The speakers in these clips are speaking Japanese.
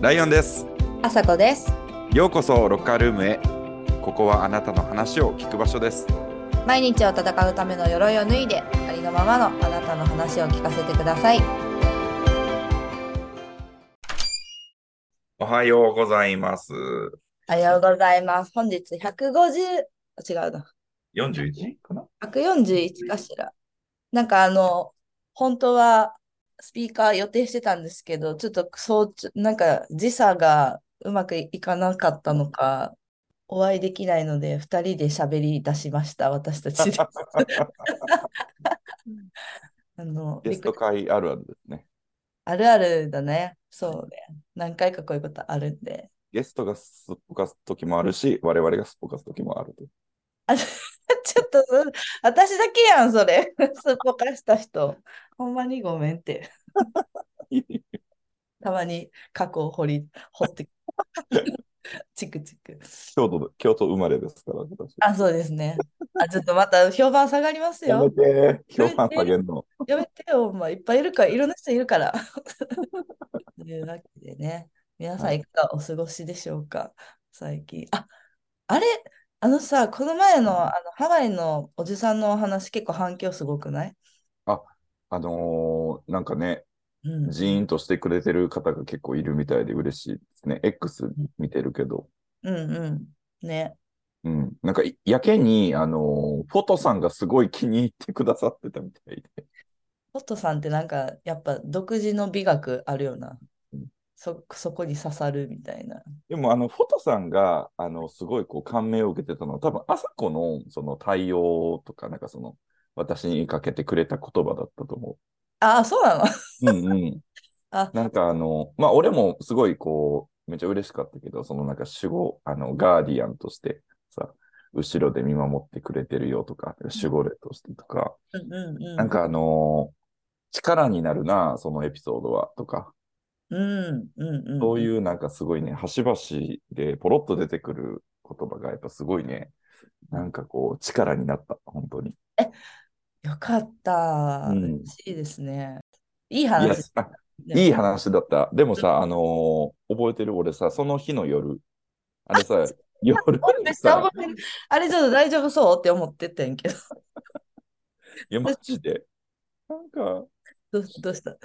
ライオンですあさこです。ようこそロッカールームへここはあなたの話を聞く場所です毎日を戦うための鎧を脱いで、ありのままのあなたの話を聞かせてください。おはようございますおはようございます。本日150、あ違うな。 41かな141かしら。なんかあの、本当はスピーカー予定してたんですけど、ちょっとそう、なんか時差がうまくいかなかったのか、お会いできないので、二人で喋り出しました、私た ちで。あの、 ゲびっスくトり会あるあるですねあるあるだね。そうね。何回かこういうことあるんで。ゲストがすっぽかす時もあるし我々がすっぽかす時もあるとあ、 ちょっと、うん私だけやん、それ。 すっぽかした人。ほんまにごめんって。たまに過去を掘り、掘って。 チクチク。京都で京都生まれですから私あ、そうですね。あ、ちょっとまた評判下がりますやめよ。て評判下げんのやめてよ、まあ、いっぱいいるから、いろんな人いるから。というわけでね、皆さはんいいかがお過ごしでしょうか、最近。あ、あれ、あのさ、この前の、あのハワイのおじさんのお話、結構反響すごくないあのーなんかねうん。ジーンとしてくれてる方が結構いるみたいで嬉しいですね X 見てるけどうんうん。ね。うん、なんかい、やけに、あのーフォトさんがすごい気に入ってくださってたみたいで。 ホットさんってなんか、やっぱ独自の美学あるよなうん。そ、そこに刺さるみたいな。でも、あの、フォトさんが、あの、すごい、こう、感銘を受けてたのは、多分、朝子の、その、対応とか、なんか、その、私にかけてくれた言葉だったと思あ、そうなのう。うんうん。あ、なんか、あの、まあ、俺も、すごい、こう、めっちゃ嬉しかったけど、その、なんか、守護、あの、ガーディアンとして、さ、後ろで見守ってくれてるよとか、守護霊としてとか、うんうんうん。なんか、あのー力になるな、そのエピソードは、とか、うんうんうん。。そういううなんかすごいね、端々でポロッと出てくる言葉がやっぱすごいね、なんかこう力になった、本当に。よかった。うん嬉しいですね。いいい話やですあねいい話だった。でもさ、あのー覚えてる俺さ、その日の夜、 あれさ、夜めっにちゃ覚さ、えてるあれちょっと大丈夫そうって思ってたんやけど。いや、マジで、なんか、どうどうした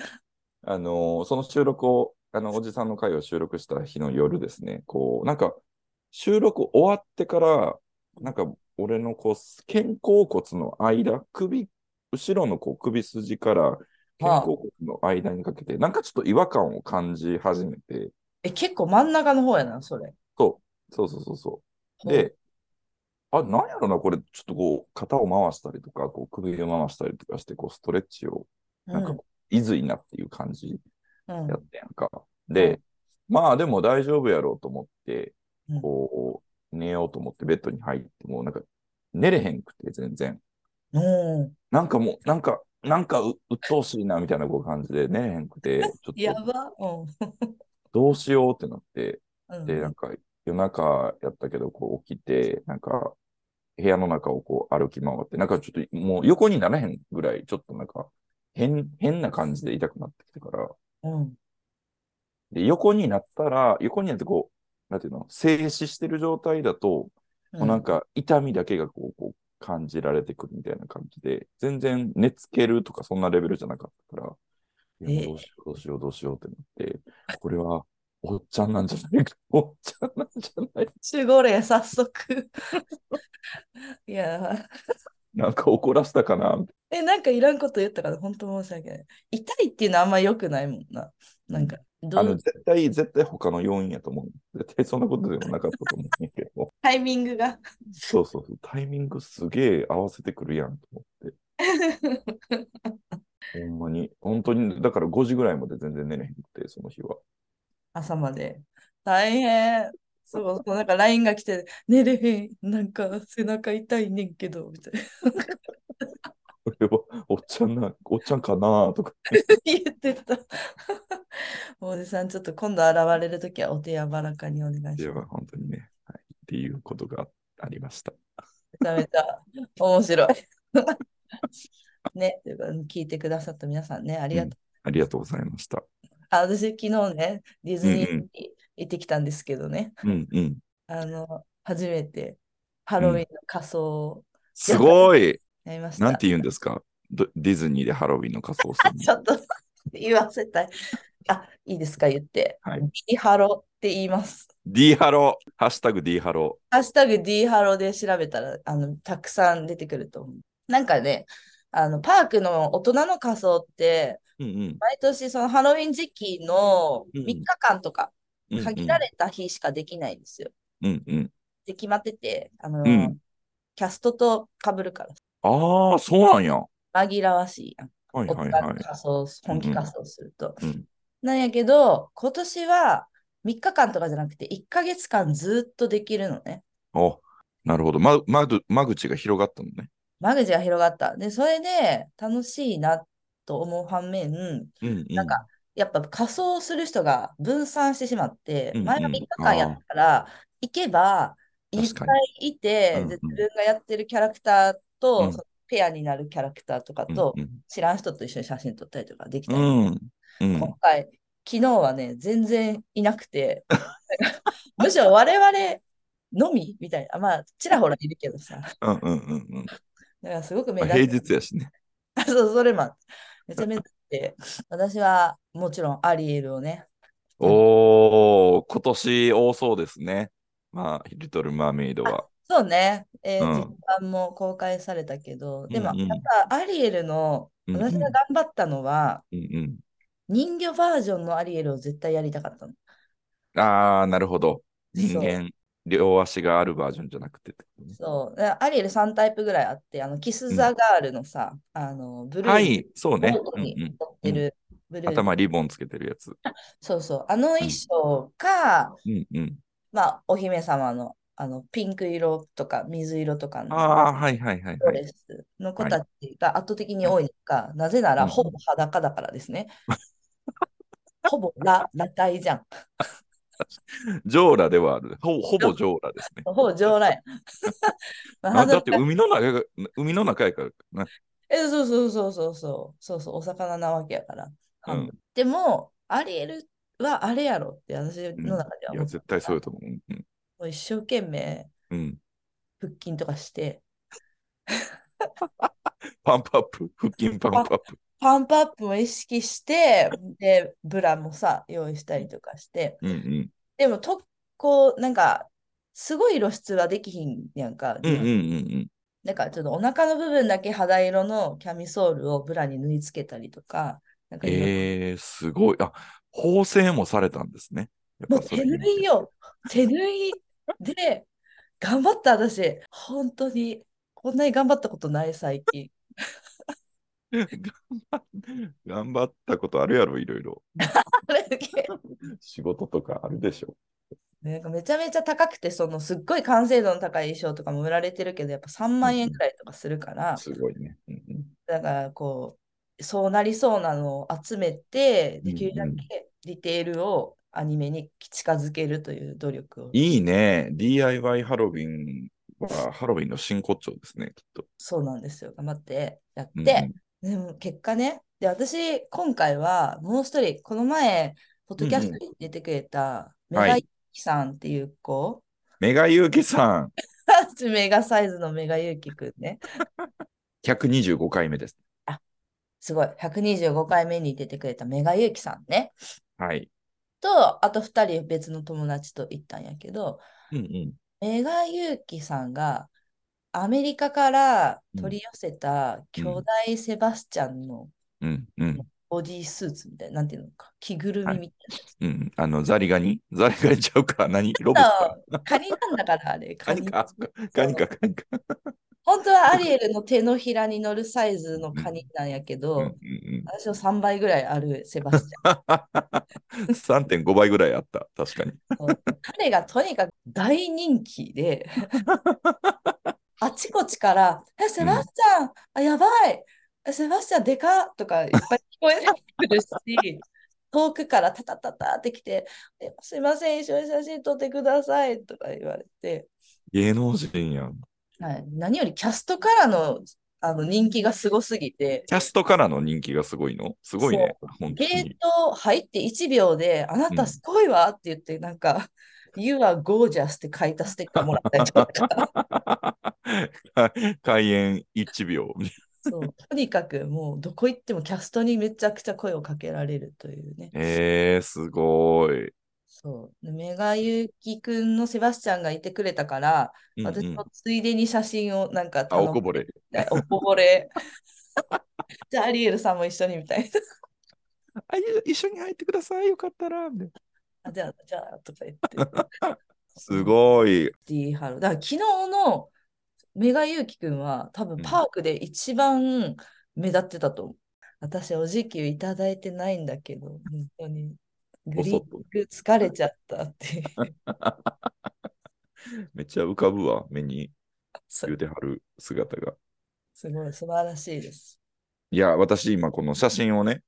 あのーその収録を、あの、おじさんの会を収録した日の夜ですね、こう、なんか、収録終わってから、なんか、俺のこう、肩甲骨の間、首、後ろのこう首筋から肩甲骨の間にかけて、なんかちょっと違和感を感じ始めて、え、結構真ん中の方やな、それ。そう、そうそうそうそう。で、あ、なんやろな、これ、ちょっとこう、肩を回したりとか、こう、首を回したりとかして、こう、ストレッチを、うん、なんかこう、いずいなっていう感じうんやったやんか。で、まあでも大丈夫やろうと思ってうん、こう、寝ようと思ってベッドに入って、もうなんか寝れへんくて全然。うんなんかもう、なんか、なんかう鬱陶しいなみたいなこう感じで寝れへんくて、ちょやっとば。うどうしようってなって、ん。うんで、なんか夜中やったけど、こう起きて、なんか部屋の中をこう歩き回って、なんかちょっともう横にならへんぐらい、ちょっとなんか変、変な感じで痛くなってきてから、うん。で、横になったら、横になってこう、なんていうの、静止してる状態だと、もうなんか痛みだけがこう、こう感じられてくるみたいな感じで、全然寝つけるとかそんなレベルじゃなかったから、いやえどうしよう、どうしよう、どうしようってなって、これは、おっちゃんなんじゃないか、 おっちゃんなんじゃない守護霊、早速。 いや、なんか怒らせたかな、みたいえ、なんかいらんこと言ったから、本当申し訳ない。痛いっていうのはあんま良くないもんな。なんか、などあういの、う絶対、絶対他の要因やと思う。絶対そんなことでもなかったと思うんや けど、タイミングが。 そうそうそう、タイミングすげえ合わせてくるやんと思って。ほんまに、本当に、だから5時ぐらいまで全然寝れへんくて、その日は。 朝まで。大変。そう、そうなんか LINE が来て、寝れへん。なんか背中痛いねんけど、みたいな。 これは、おっちゃんな、おっちゃんかなとか。言ってた。 おじさん、ちょっと今度現れるときはお手柔らかにお願いします。では、本当にね、はい、っていうことがありました。めちゃめちゃ面白い。 ね、というか聞いてくださった皆さんね、ありがとう。ありがとうございました。あ私、昨日ね、ディズニーうんうんに行ってきたんですけどね、うんうん。あの、初めてハロウィンの仮装をすごい。やりました。なんて言うんですかどディズニーでハロウィンの仮装をする ちょっと言わせたい。あ、いいですか、言って。はい D ハロって言います。 D ハロー、ハッシュタグ D ハロハッシュタグ D ハロで調べたら、あの、たくさん出てくると思う。なんかね、あの、パークの大人の仮装って、ー。うん毎年そのハロウィン時期のうん3日間とか、うん。限られた日しかできないんですよ。うんうん。で、決まってて、あの、うんキャストと被るから、ああ、そうなんや。紛らわしいやん。はい大人はいのはい。仮装、本気仮装すると。うんなんやけど、今年は3日間とかじゃなくて、1ヶ月間ずっとできるのね。お、なるほど。ま、まぐ間口が広がったのね。間口が広がった。で、それで楽しいなと思う反面、うんうん。なんかやっぱ仮装する人が分散してしまって、うんうん前は3日間やったから、行けばいっ確かぱいいて、うんうんで自分がやってるキャラクターと、うんそのペアになるキャラクターとかうんと、うん知らん人と一緒に写真撮ったりとかできたうり、ん。うん。今回、昨日はね、全然いなくて、 むしろ我々のみみたいな、まあ、ちらほらいるけどさ、だかうんうんうんうん。らすごく目まあ平立って日やしね。あ そう、それもあってめちゃめちゃあって、私はもちろんアリエルをね、おー、今年多そうですね。まあ、リトル・マーメイドは。そうね、えーうん実感も公開されたけど、でも、うんうんやっぱアリエルの、うんうん私が頑張ったのは、うん人魚バージョンのアリエルを絶対やりたかったの。うん。ああ、なるほど。人そう間、両足があるバージョンじゃなくてってことねそう。だからアリエル3タイプぐらいあって、あの、キス・ザ・ガールのさ、あの、ブルはーにい、そうね。ボートうんうにん乗ってる、ブルー頭リボンつけてるやつ。そうそう。あの衣装か、うんうん。まあ、お姫様の、あの、ピンク色とか水色とかのああ、はいはいはいドはい。レスの子たちが圧倒的に多いのか、なぜなうらんほぼ裸だからですね。 ほぼラ、裸体じゃん。ジョーラではある。ほほぼジョーラですね。 ほぼ上来。まああだって裸海の中が、海の中やからな。え、そうそうそうそうそう、そうそう、お魚なわけやから。うんあのでも、アリエルはあれやろって私の中ではい思や、って絶対そうだと思う。うんもう一生懸命うん。うん腹筋とかして、パンプアップ、腹筋パンプアップ。パンプアップも意識して、で、ブラもさ、用意したりとかして、うんうん。でも、と、こう、なんか、すごい露出はできひんやんか。うんうんうんなんか、ちょっとお腹の部分だけ肌色のキャミソールをブラに縫い付けたりとか、なうんかん。いろいろ、ええー、すごい。あ、縫製もされたんですね。やっもぱうそ手れ縫いよ、手縫いで、頑張った私、本当に、こんなに頑張ったことない最 近。頑張っ 頑張ったことあるやろ、いろいろ。あれだけ仕事とかあるでしょ。なんかめちゃめちゃ高くて、そのすっごい完成度の高い衣装とかも売られてるけど、やっぱ3万円くらいとかするから、すごいね。うんうんだからこう、そうなりそうなのを集めて、うんうでんきるだけディテールをアニメに近づけるという努力を。いいね。DIY ハロウィンはハロウィンの真骨頂ですね、きっと。そうなんですよ。頑張ってやっうんうんて、でも結果ね、で、私、今回はもう一人、この前、ポッドキャストに出てくれた、メはガいユキさんっていう子、 メガユウキさん、メガサイズのメガユキくんね、 125回目です。すごい、125回目に出てくれたメガユキさんね、はい。と、あと2人別の友達と行ったんやけど、うんうん。メガユキさんがアメリカから取り寄せた巨大セバスチャンのうんうん。ボディースーツみたいな、なんていうのか、着ぐるみみたいな。うん。あの、ザリガニザリガニちゃうか何ロボスかそうカニなんだからあれ、カカニニ。かカニかカニか。本当はアリエルの手のひらに乗るサイズのカニなんやけうんうど、ん私の3倍ぐらいあるセバスチうん 3.5倍ぐらいあった。確かに。ャンと。彼がとにかく大人気で、あちこちから、え、セバスチャン、あ、やばい、えセバスチャンでかっとかいっぱい聞こえてくるし、遠くからタタタタって来て、えすいません、一緒に写真撮ってくださいとか言われて、芸能人やん。はい、何よりキャストからのあの人気がすごすぎて、キャストからの人気がすごいのすごいね。本当ゲーに。ト入って1秒で、あなたすごいわって言って、なんか、You are gorgeous って書いたステッカーもらったりとか、 開演1秒。そう とにかくもうどこ行ってもキャストにめちゃくちゃ声をかけられるというね。えー、すごい。そう。でメガユキくんのセバスチャンがいてくれたから、うんうん私もついでに写真をなんかあ、頼おこぼれ。れ。おこぼれ。 じゃあ、アリエルさんも一緒にみたいあい一緒に入ってください。よかったら。みたいなな。じゃあ、じゃあ、とか言って。 すごい。ディーハローだから昨日のメガユウキくんは多分パークで一番目立ってたと思う。私、お時給いただいてないんだけど、本当に。グぼリそっッとク疲れちゃったっていう。めっちゃ浮かぶわ。目に そ言ううてはる姿が。すごい、素晴らしいです。いや、私今この写真をね、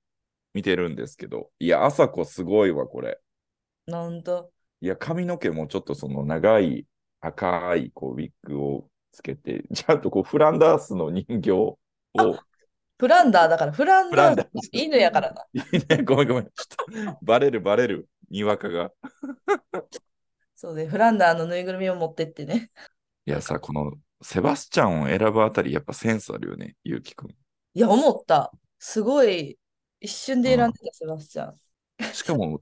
見てるんですけど。いや、朝子すごいわ、これ。なんと、いや、髪の毛もちょっとその長い赤いこうウィッグをつけて、 ちゃんとこうフランダースの人形を、フランダーだから、フランフラダンーダのース犬やからな。いいね、ごめんごめん。ちょっとバレるバレる、にわかが。そうで、フランダーのぬいぐるみを持ってってね。いやさ、このセバスチャンを選ぶあたり、やっぱセンスあるよね、ゆうきくん。いや、思った。すごい、一瞬で選んでた、セバスチャン。しかも、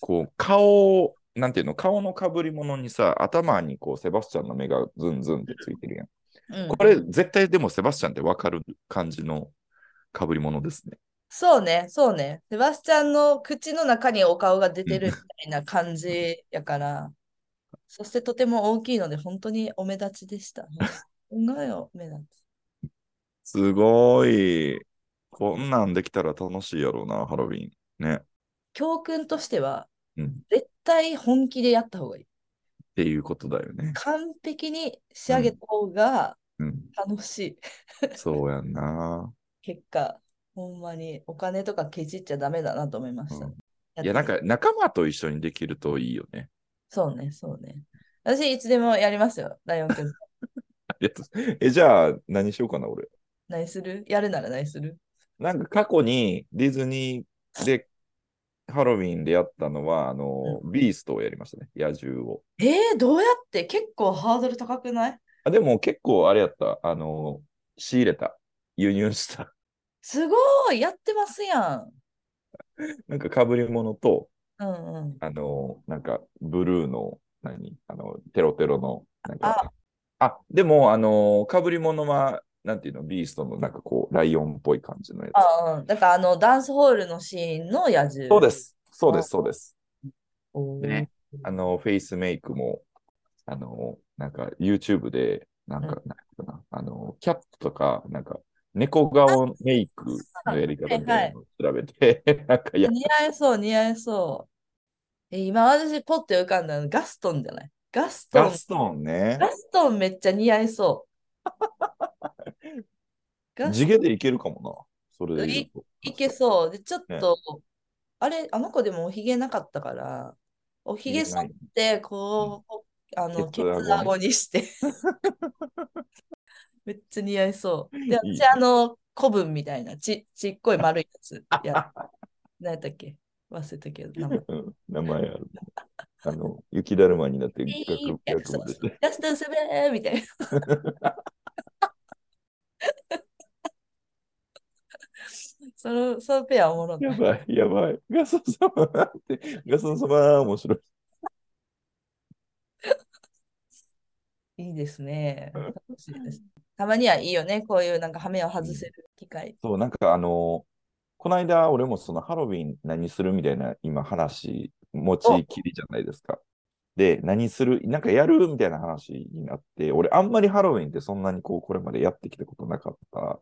こう、顔を、なんていうの、顔のかぶり物にさ、頭にこう、セバスチャンの目がズンズンってついてるやん。うん、これ、絶対でもセバスチャンってわかる感じのかぶり物ですね。そうね、そうね。セバスチャンの口の中にお顔が出てるみたいな感じやから、そしてとても大きいので、本当にお目立ちでした。もうすごいお目立ち。すごい。こんなんできたら楽しいやろうな、ハロウィン。ね。教訓としては、うん、っ絶対本気でやった方がいい。ていうことだよね。完璧に仕上げた方がうん、楽しい。そうやんな。結果、ほんまにお金とかケチっちゃダメだなと思いました。うんやっいや、てなんか仲間と一緒にできるといいよね。 そうね、そうね。私、いつでもやりますよ、ライオンくん。ありがとうえ、じゃあ、何しようかな、俺。何するやるなら何するなんか過去にディズニーでハロウィンでやったのは、あの、ビーストをやりましたね、野獣を。えー、どうやって結構ハードル高くないあでも結構あれやった、あの、仕入れた、輸入した、すごいやってますやん。なんか被り物と、うんうん。あの、なんかブルーの、何あの、テロテロの、なんか。あでも、あの、被り物は、なんていうの、ビーストのなんかこう、ライオンっぽい感じのやつ。あうん、だからあのダンスホールのシーンの野獣。そうです。そうです、そうです。おー。ねあの、フェイスメイクも、あの、なんか YouTube で、なんか、なんかな、あの、キャットとか、なんか、猫顔メイクのやり方みたいなのを調べて、 なんかや、似合いそう、似合いそう。え今私、ポッて浮かんだのガストンじゃないガストン。ガストンね、ガストンめっちゃ似合 いそう。ガス地毛でいけるかもな、それで言うと。いけそう。で、ちょっねと、あれ、あの子でもおひげなかったから、おひげ剃なっいて、こう、あの、ケケツ顎ねツ顎にして。 めっちゃ似合いそう。で、いい私、あの、古文みたいな、ちちっこい丸いやつ。いや、何やったっけ忘れたけど、名 前うん名前ある。あの、雪だるまになって、ピガークガクも出て。ガストンセブンみたいな。 その、そのペアおもろいやばい、やばい。ガソン様って、ガソン様面白い。いいですね。うん楽しいですたまにはいいよね、こういうなんか羽目を外せる機会。そう、なんかあの、この間、俺もそのハロウィン何するみたいな今話、持ちきりじゃないですか。で、何する、なんかやるみたいな話になって、俺あんまりハロウィンってそんなにこう、これまでやってきたことなかった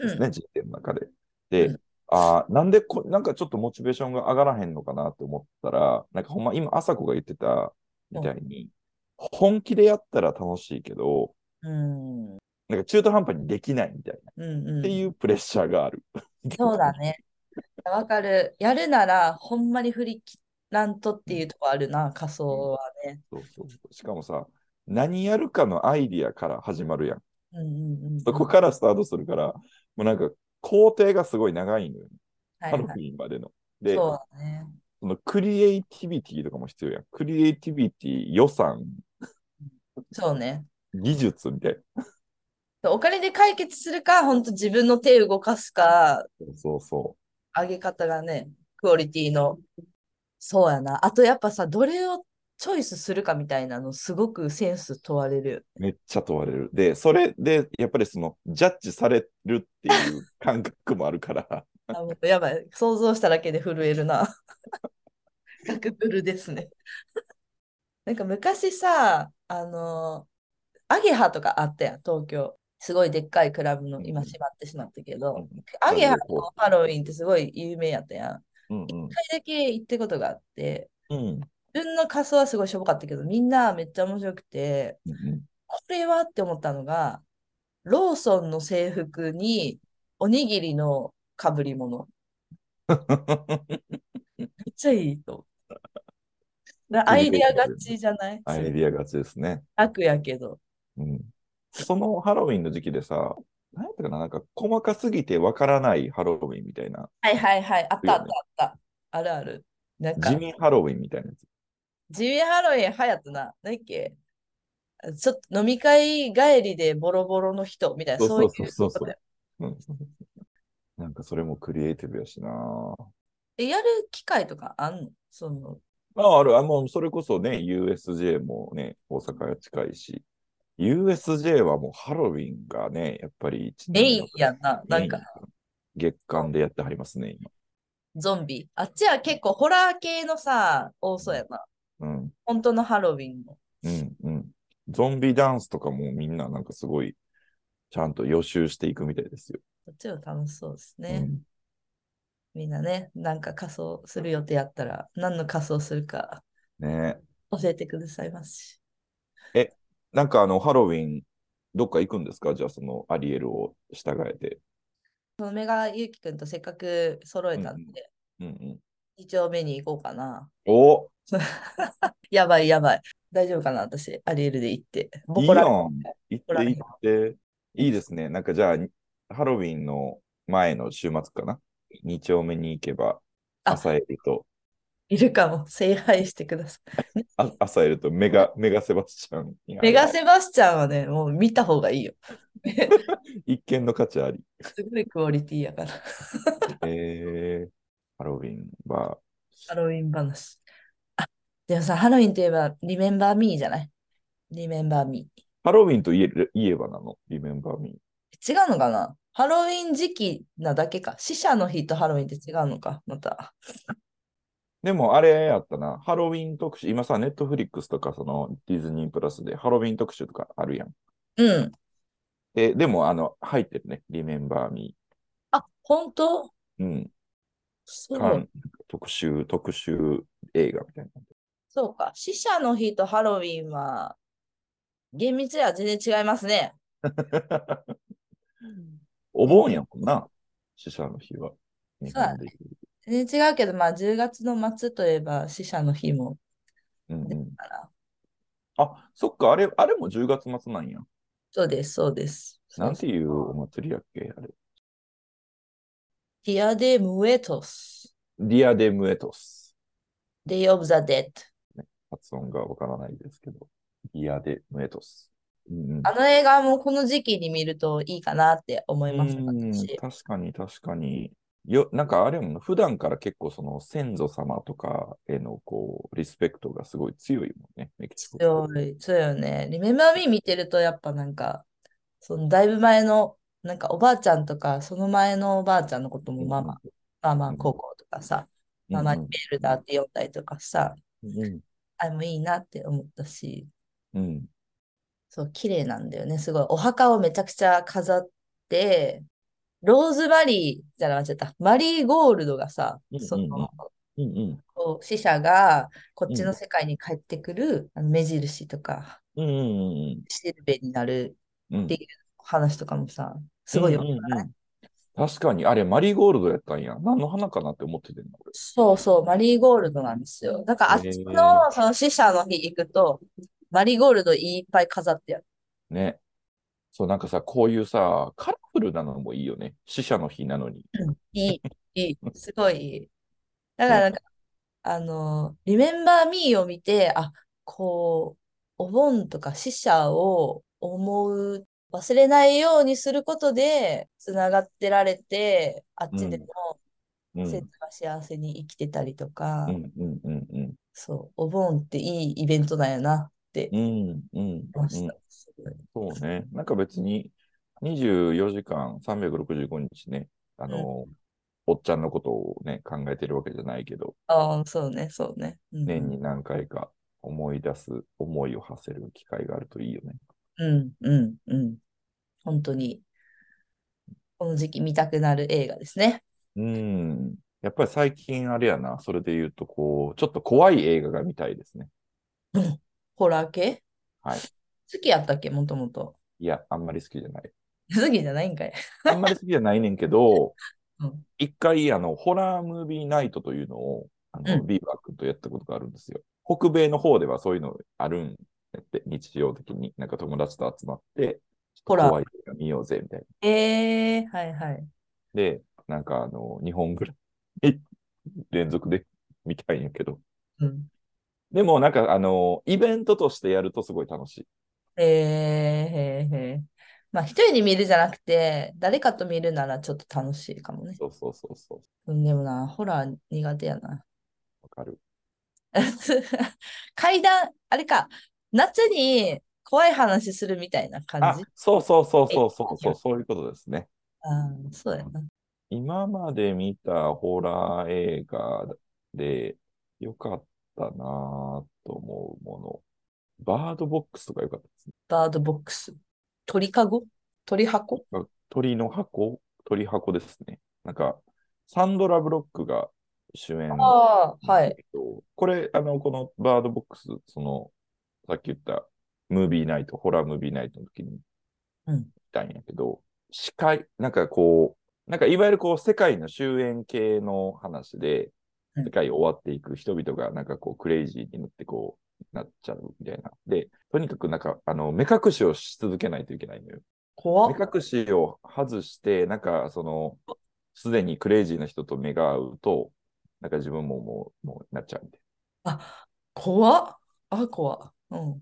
ですね、人生の中で。で、うんあーなんでこ、なんかちょっとモチベーションが上がらへんのかなって思ったら、なんかほんま今、朝子が言ってたみたいに、本気でやったら楽しいけど、うん。うんなんか中途半端にできないみたいな、うんっていうプレッシャーがある。そうだね。わかる。やるなら、ほんまに振り切らんとっていうとこあるな、仮想はね。そうそうそうしかもさ、何やるかのアイディアから始まるやん。ううんうんうんそこからスタートするから、もうなんか工程がすごい長いのよ、はいハはいロウィーンまでの。で、そうそだね。のクリエイティビティとかも必要やん。クリエイティビティ、予算、そうね。技術みたいな。お金で解決するか、本当自分の手動かすか、そうそ上げ方がね、クオリティの。そうやな。あとやっぱさ、どれをチョイスするかみたいなの、すごくセンス問われる。う。めっちゃ問われる。で、それで、やっぱりその、ジャッジされるっていう感覚もあるから、あもうやばい。想像しただけで震える な。ガクブルですね。なんか昔さ、あの、アゲハとかあったやん、東京。すごいでっかいクラブの、今閉まってしまったけうどん、アゲハのハロウィンってすごい有名やったやん。うんうん。一回だけ行ったことがあって、うん自分の仮装はすごいしょぼかったけど、みんなめっちゃ面白くて、うん これはって思ったのが、ローソンの制服におにぎりのかぶり物。めっちゃいいと思った。だアイディアがちじゃないアイディア勝ちですね。悪やけど。うん、そのハロウィンの時期でさ、何やったかな、なんか細かすぎてわからないハロウィンみたいな、はいはいはい。あったあったあった。あるある。なんか地、味ハロウィンみたいなやつ。地味ハロウィン流行ったな。何っけちょっと飲み会帰りでボロボロの人みたいな、そうそういそうことそうだようん なんかそれもクリエイティブやしな。えやる機会とかあんのその、まあ、ある、あもうそれこそね、USJ もね、大阪や近いし、USJ はもうハロウィンがね、やっぱり一メイ年ンやんな。なんか、月間でやってはりますね、ゾンビ。あっちは結構ホラー系のさ、多そうやな。今。うん本当のハロウィンの。うんうん。ゾンビダンスとかもみんななんかすごい、ちゃんと予習していくみたいですよ。そっちは楽しそうですうね。ん、みんなね、なんか仮装する予定やったら、何の仮装するかね教えてくださいますし。なんかあの、ハロウィン、どっか行くんですかじゃあそのアリエルを従えて。そのメガユキ君とせっかく揃えたんうんで、うんうん、一丁目に行こうかな。おやばいやばい。大丈夫かな私、アリエルで行って。いボいコやらんれ行っボコられて行って。いいですね。なんかじゃあ、ハロウィンの前の週末かな二丁目に行けば、あ朝エルと、いるかも。聖杯してください。あ朝エルとメガ、メガセバスチャン。メガセバスチャンはね、もう見た方がいいよ。一見の価値あり。すごいクオリティやから。えー、ハロウィンは、ハロウィン話。あ、でもさ、ハロウィンといえば、リメンバーミーじゃないリメンバーミー。ハロウィンと言える言えばなの、リメンバーミー。違うのかなハロウィン時期なだけか。死者の日とハロウィンって違うのか。また。でもあれやったな、ハロウィン特集、今さ、ネットフリックスとかそのディズニープラスでハロウィン特集とかあるやん。うん。で、でもあの、入ってるね、リメンバーミあ、本当ー。うん。そうかんん特集、特集映画みたいな。そうか。死者の日とハロウィンは、厳密には全然違いますね。 お盆やもんな、死者の日は。日そうだ本でいう全然違うけど、まあ10月の末といえば死者の日もうんうん。あら。あ、そっか、あれ、あれも10月末なんや。そうです、そうです。なんていうお祭りやっけ、あれ。ディアデムエトス、ディアデムエトス。デイオブザデッド。発音がわからないですけど、ギアでムエトス。うんうんあの映画もこの時期に見るといいかなって思いました。うん私確かに確かに。よなんかあれもな普段から結構その先祖様とかへのこうリスペクトがすごい強いもんね、メキシコって。強い、そうよね。リメンバーミー見てるとやっぱなんか、そのだいぶ前の、なんかおばあちゃんとか、その前のおばあちゃんのこともママ、ママ高校とかさ、ママにメールだって読んだりとかさ、うんうんあれもいいなって思ったし、うんそう、綺麗なんだよね。すごい。お墓をめちゃくちゃ飾って、ローズマリーじゃなくちゃった。マリーゴールドがさうんうんう、んその、うんうんこう死者がこっちの世界に帰ってくる、あの目印とか、うんうんシルベになるうんうんで話とかもさ、すごいよ。うんうんうん確かに、あれ、マリーゴールドやったんや。何の花かなって思っててんの、俺そうそう、マリーゴールドなんですよ。だからあっちのその死者の日行くと、マリーゴールドいっぱい飾ってやる。ね。そう、なんかさ、こういうさ、カラフルなのもいいよね。死者の日なのに。いい、いい、すごいいい。だからなんか、あの、リメンバーミーを見て、あ、こう、お盆とか死者を思う、忘れないようにすることで、つながってられて、あっちでもうん、う生ん、徒が幸せに生きてたりとか、うん、うん、うん。そう、お盆っていいイベントなんやなってうん、うん、思いまうしんた。。すごいそうね。なんか別に24時間365日ね、あの、おっちゃんのことをね、考えてるわけじゃないけど、ああ、そうね、そうね。うん年に何回か思い出す、思いを馳せる機会があるといいよね。うん、うん、うん。本当に、この時期見たくなる映画ですね。うん。やっぱり最近あれやな、それで言うと、こう、ちょっと怖い映画が見たいですね。ホラー系はい。好きやったっけ、もともと。いや、あんまり好きじゃない。好きじゃない んかい。あんまり好きじゃないねんけどうん、一回、あの、ホラームービーナイトというのを、あうの、んビーバー君とやったことがあるんですよ。北米の方ではそういうのあるんやって、日常的に、なんか友達と集まって、ホラー怖い映画見ようぜ、みたいな。ええはいはい。で、なんかあの、2本ぐらい連続で見たいんやけど。うん、でも、なんかあの、イベントとしてやるとすごい楽しい。ええへえへえ。まあ、一人で見るじゃなくて、誰かと見るならちょっと楽しいかもね。そうそうそうそう。うん、でもな、ホラー苦手やな。わかる。 階段、あれか、夏に怖い話するみたいな感あじ。、そうそうそうそうそうそう、そういうことですね。あーそうやな。今まで見たホラー映画で良かったなぁと思うもの。バードボックスとか良かったですね。バードボックス。鳥かご鳥箱あ鳥の箱鳥箱ですね。なんか、サンドラ・ブロックが主演なんだああ、はい。けど。これ、あの、このバードボックス、その、さっき言ったムービーナイト、ホラームービーナイトの時にうん見たんやけど、視界、なんかこう、なんかいわゆるこう世界の終焉系の話で、うん世界終わっていく人々がなんかこうクレイジーになってこうなっちゃうみたいな。で、とにかくなんかあの目隠しをし続けないといけないのよ。怖目っ。隠しを外して、なんかその、すでにクレイジーな人と目が合うと、なんか自分ももう、もうなっちゃうみたいな。あ、怖っ。あ、怖っ。うん。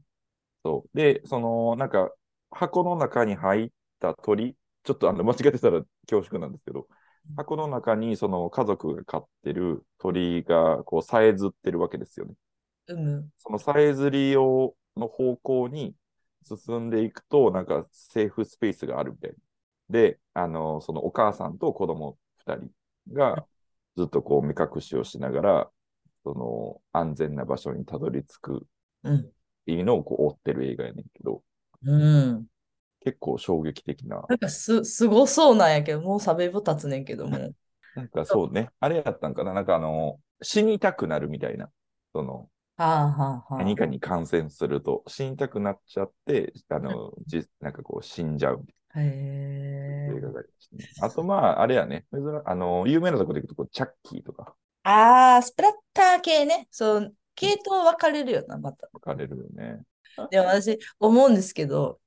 そう。で、その、なんか、箱の中に入った鳥、ちょっとあの間違ってたら恐縮なんですけど、箱の中にその家族が飼ってる鳥がこうさえずってるわけですよね。うむ。そのさえずりをの方向に進んでいくと、なんかセーフスペースがあるみたいな。で、あの、そのお母さんと子供2人がずっとこう目隠しをしながら、その安全な場所にたどり着くっうん。ていうのをこう追ってる映画やねんけど、うん。結構衝撃的な。なんかす、すごそうなんやけど、もうサベボ立つねんけども。なんかそうね、あれやったんかな、なんかあの、死にたくなるみたいな。そのはあはあはあ。何かに感染すると死にたくなっちゃって、あの、じなんかこう死んじゃうみへたいなえ映。画がありましたね。あとまあ、あれやね、珍あの、有名なとこでいくとこう、チャッキーとかああ、スプラッター系ね。そう、系統分かれるよな、また。書かれるよね。 でも私、思うんですけど、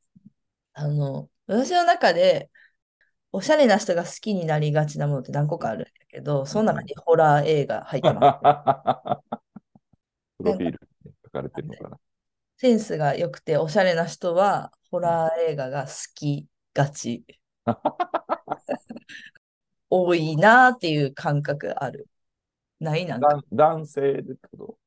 あの、私の中で、おしゃれな人が好きになりがちなものって何個かあるんだけど、その中にホラー映画入っ てます。プロフィールに書かれてるのかな。センスが良くて、おしゃれな人は、ホラー映画が好きがち。多いなっていう感覚ある。ないなんか。男男性でってこ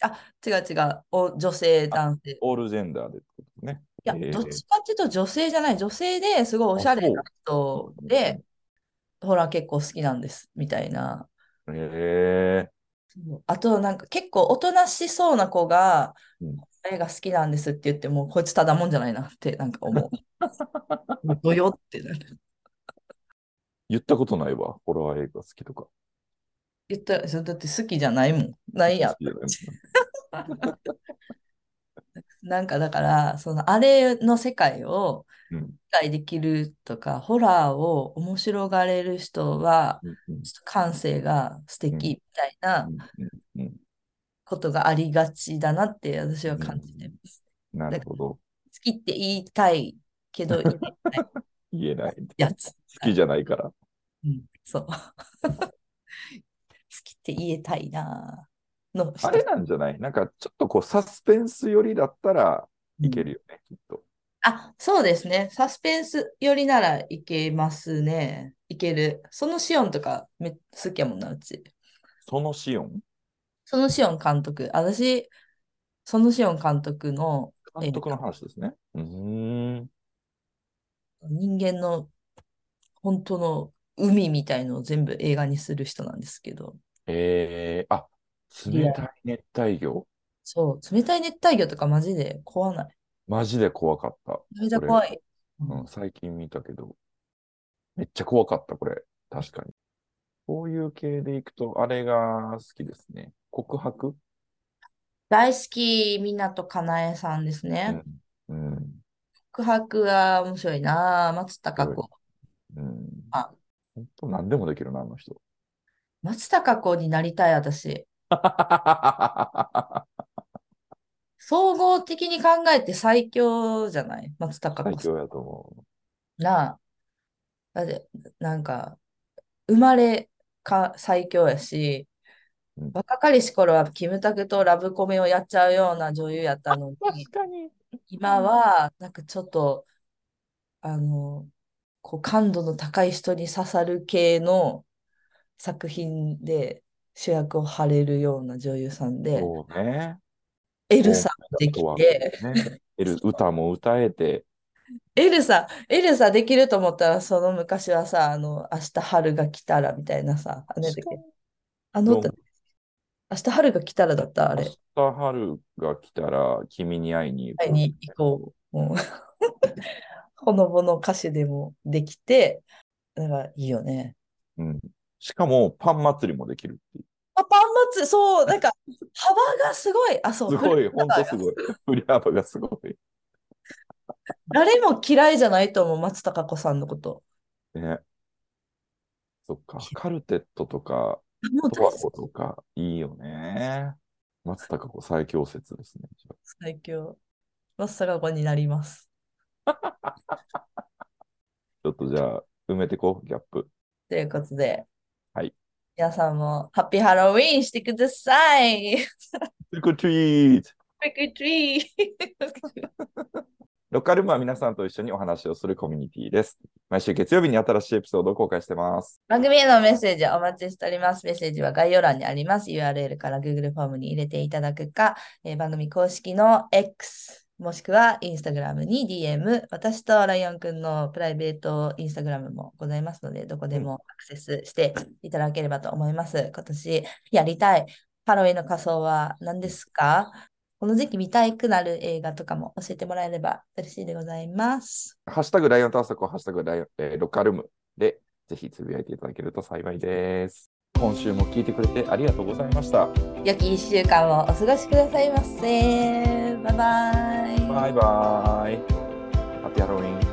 と違う違う。お女性、男性。オールジェンダーでってことね。いや、えーどっちかっていうと女性じゃない、女性ですごいおしゃれな人で、ほら、結構好きなんです、みたいな。えあと、なんか結構おとなしそうな子がうん、映画好きなんですって言っても、こいつただもんじゃないなって、なんか思う。どよってなる。言ったことないわ、ホラー映画好きとか。言ったら、それだって好きじゃないもん。ないや 好。きじゃないもんなんかだから、そのあれの世界をうん理解できるとか、ホラーを面白がれる人は、うんうんちょっと感性が素敵みたいなうんうんことがありがちだなって私は感じてます。なるほど。好きって言いたい けど、言えない言えない。やつ。好きじゃない から。うん、そう。 好きって言えたいなぁの人あれなんじゃないなんかちょっとこうサスペンス寄りだったらいけるよね、きっと。あ、そうですね。サスペンス寄りならいけますね。いける。そのシオンとかめっ好きやもんな、うち。そのシオンそのシオン監督。私、そのシオン監督の監督の話ですね。うーん。人間の本当の海みたいのを全部映画にする人なんですけど。えー、あ、冷たい熱帯魚。そう、冷たい熱帯魚とかマジで怖ない。マジで怖かった。めちゃめちゃ怖い。うん、最近見たけど。めっちゃ怖かった、これ。確かに。こういう系でいくと、あれが好きですね。告白大好き、湊かなえさんですね。うん。告白は面白いなぁ松たか子。うん。あ本当何でもできるな、あの 人。松たか子になりたい、私。総合的に考えて最強じゃない松たか最子さん強やと思う。なあ。だって、なんか、生まれか最強やしうん、若かりし頃はキムタクとラブコメをやっちゃうような女優やったのに、かに。今は、なんかちょっと、あの、こう感度の高い人に刺さる系の作品で主役を張れるような女優さんで、そうね。エルサでき怖くて、ね、エル歌も歌えて、エルサ、エルサできると思ったら、その昔はさ、あの、明日春が来たらみたいなさ、あなんだっけあの歌、ど明日春が来たらだった、あ明れ日。春が来たら君に会いに行こ会ういに行こう。もう ほのぼの歌詞でもできて、なんかいいよね。うん。しかもパン祭りもできるっていう。あ、パン祭り、そう、なんか、幅がすごい。あ、そう、すごい、振りほん幅とがすごい。振り幅がすごい。誰も嫌いじゃないと思う、松たか子さんのこと。ね。そっか、カルテットとか、もうトワ大好きコとか、いいよね。松たか子最強説ですね。最強。松たか子になります。ちょっとじゃあ、埋めてこう、ギャップ。ということで、はい。皆さんもハッピーハロウィーンしてください。トゥクトゥイートリックリーロッカルームは皆さんと一緒にお話をするコミュニティです。毎週月曜日に新しいエピソードを公開してます。番組へのメッセージお待ちしております。メッセージは概要欄にあります。URL から Google フォームに入れていただくか、えー番組公式の X、もしくは Instagram に DM、私とライオンくんのプライベート Instagram もございますので、どこでもアクセスしていただければと思います。今年やりたいハロウィンの仮装は何ですかこの時期見たいくなる映画とかも教えてもらえれば嬉しいでございます。ハッシュタグライオン探索をハッシュタグライオン、えーロッカルームでぜひつぶやいていただけると幸いです。今週も聞いてくれてありがとうございました。良き一週間をお過ごしくださいませ。バイバイ。バイバイ。ハッピーハロウィン。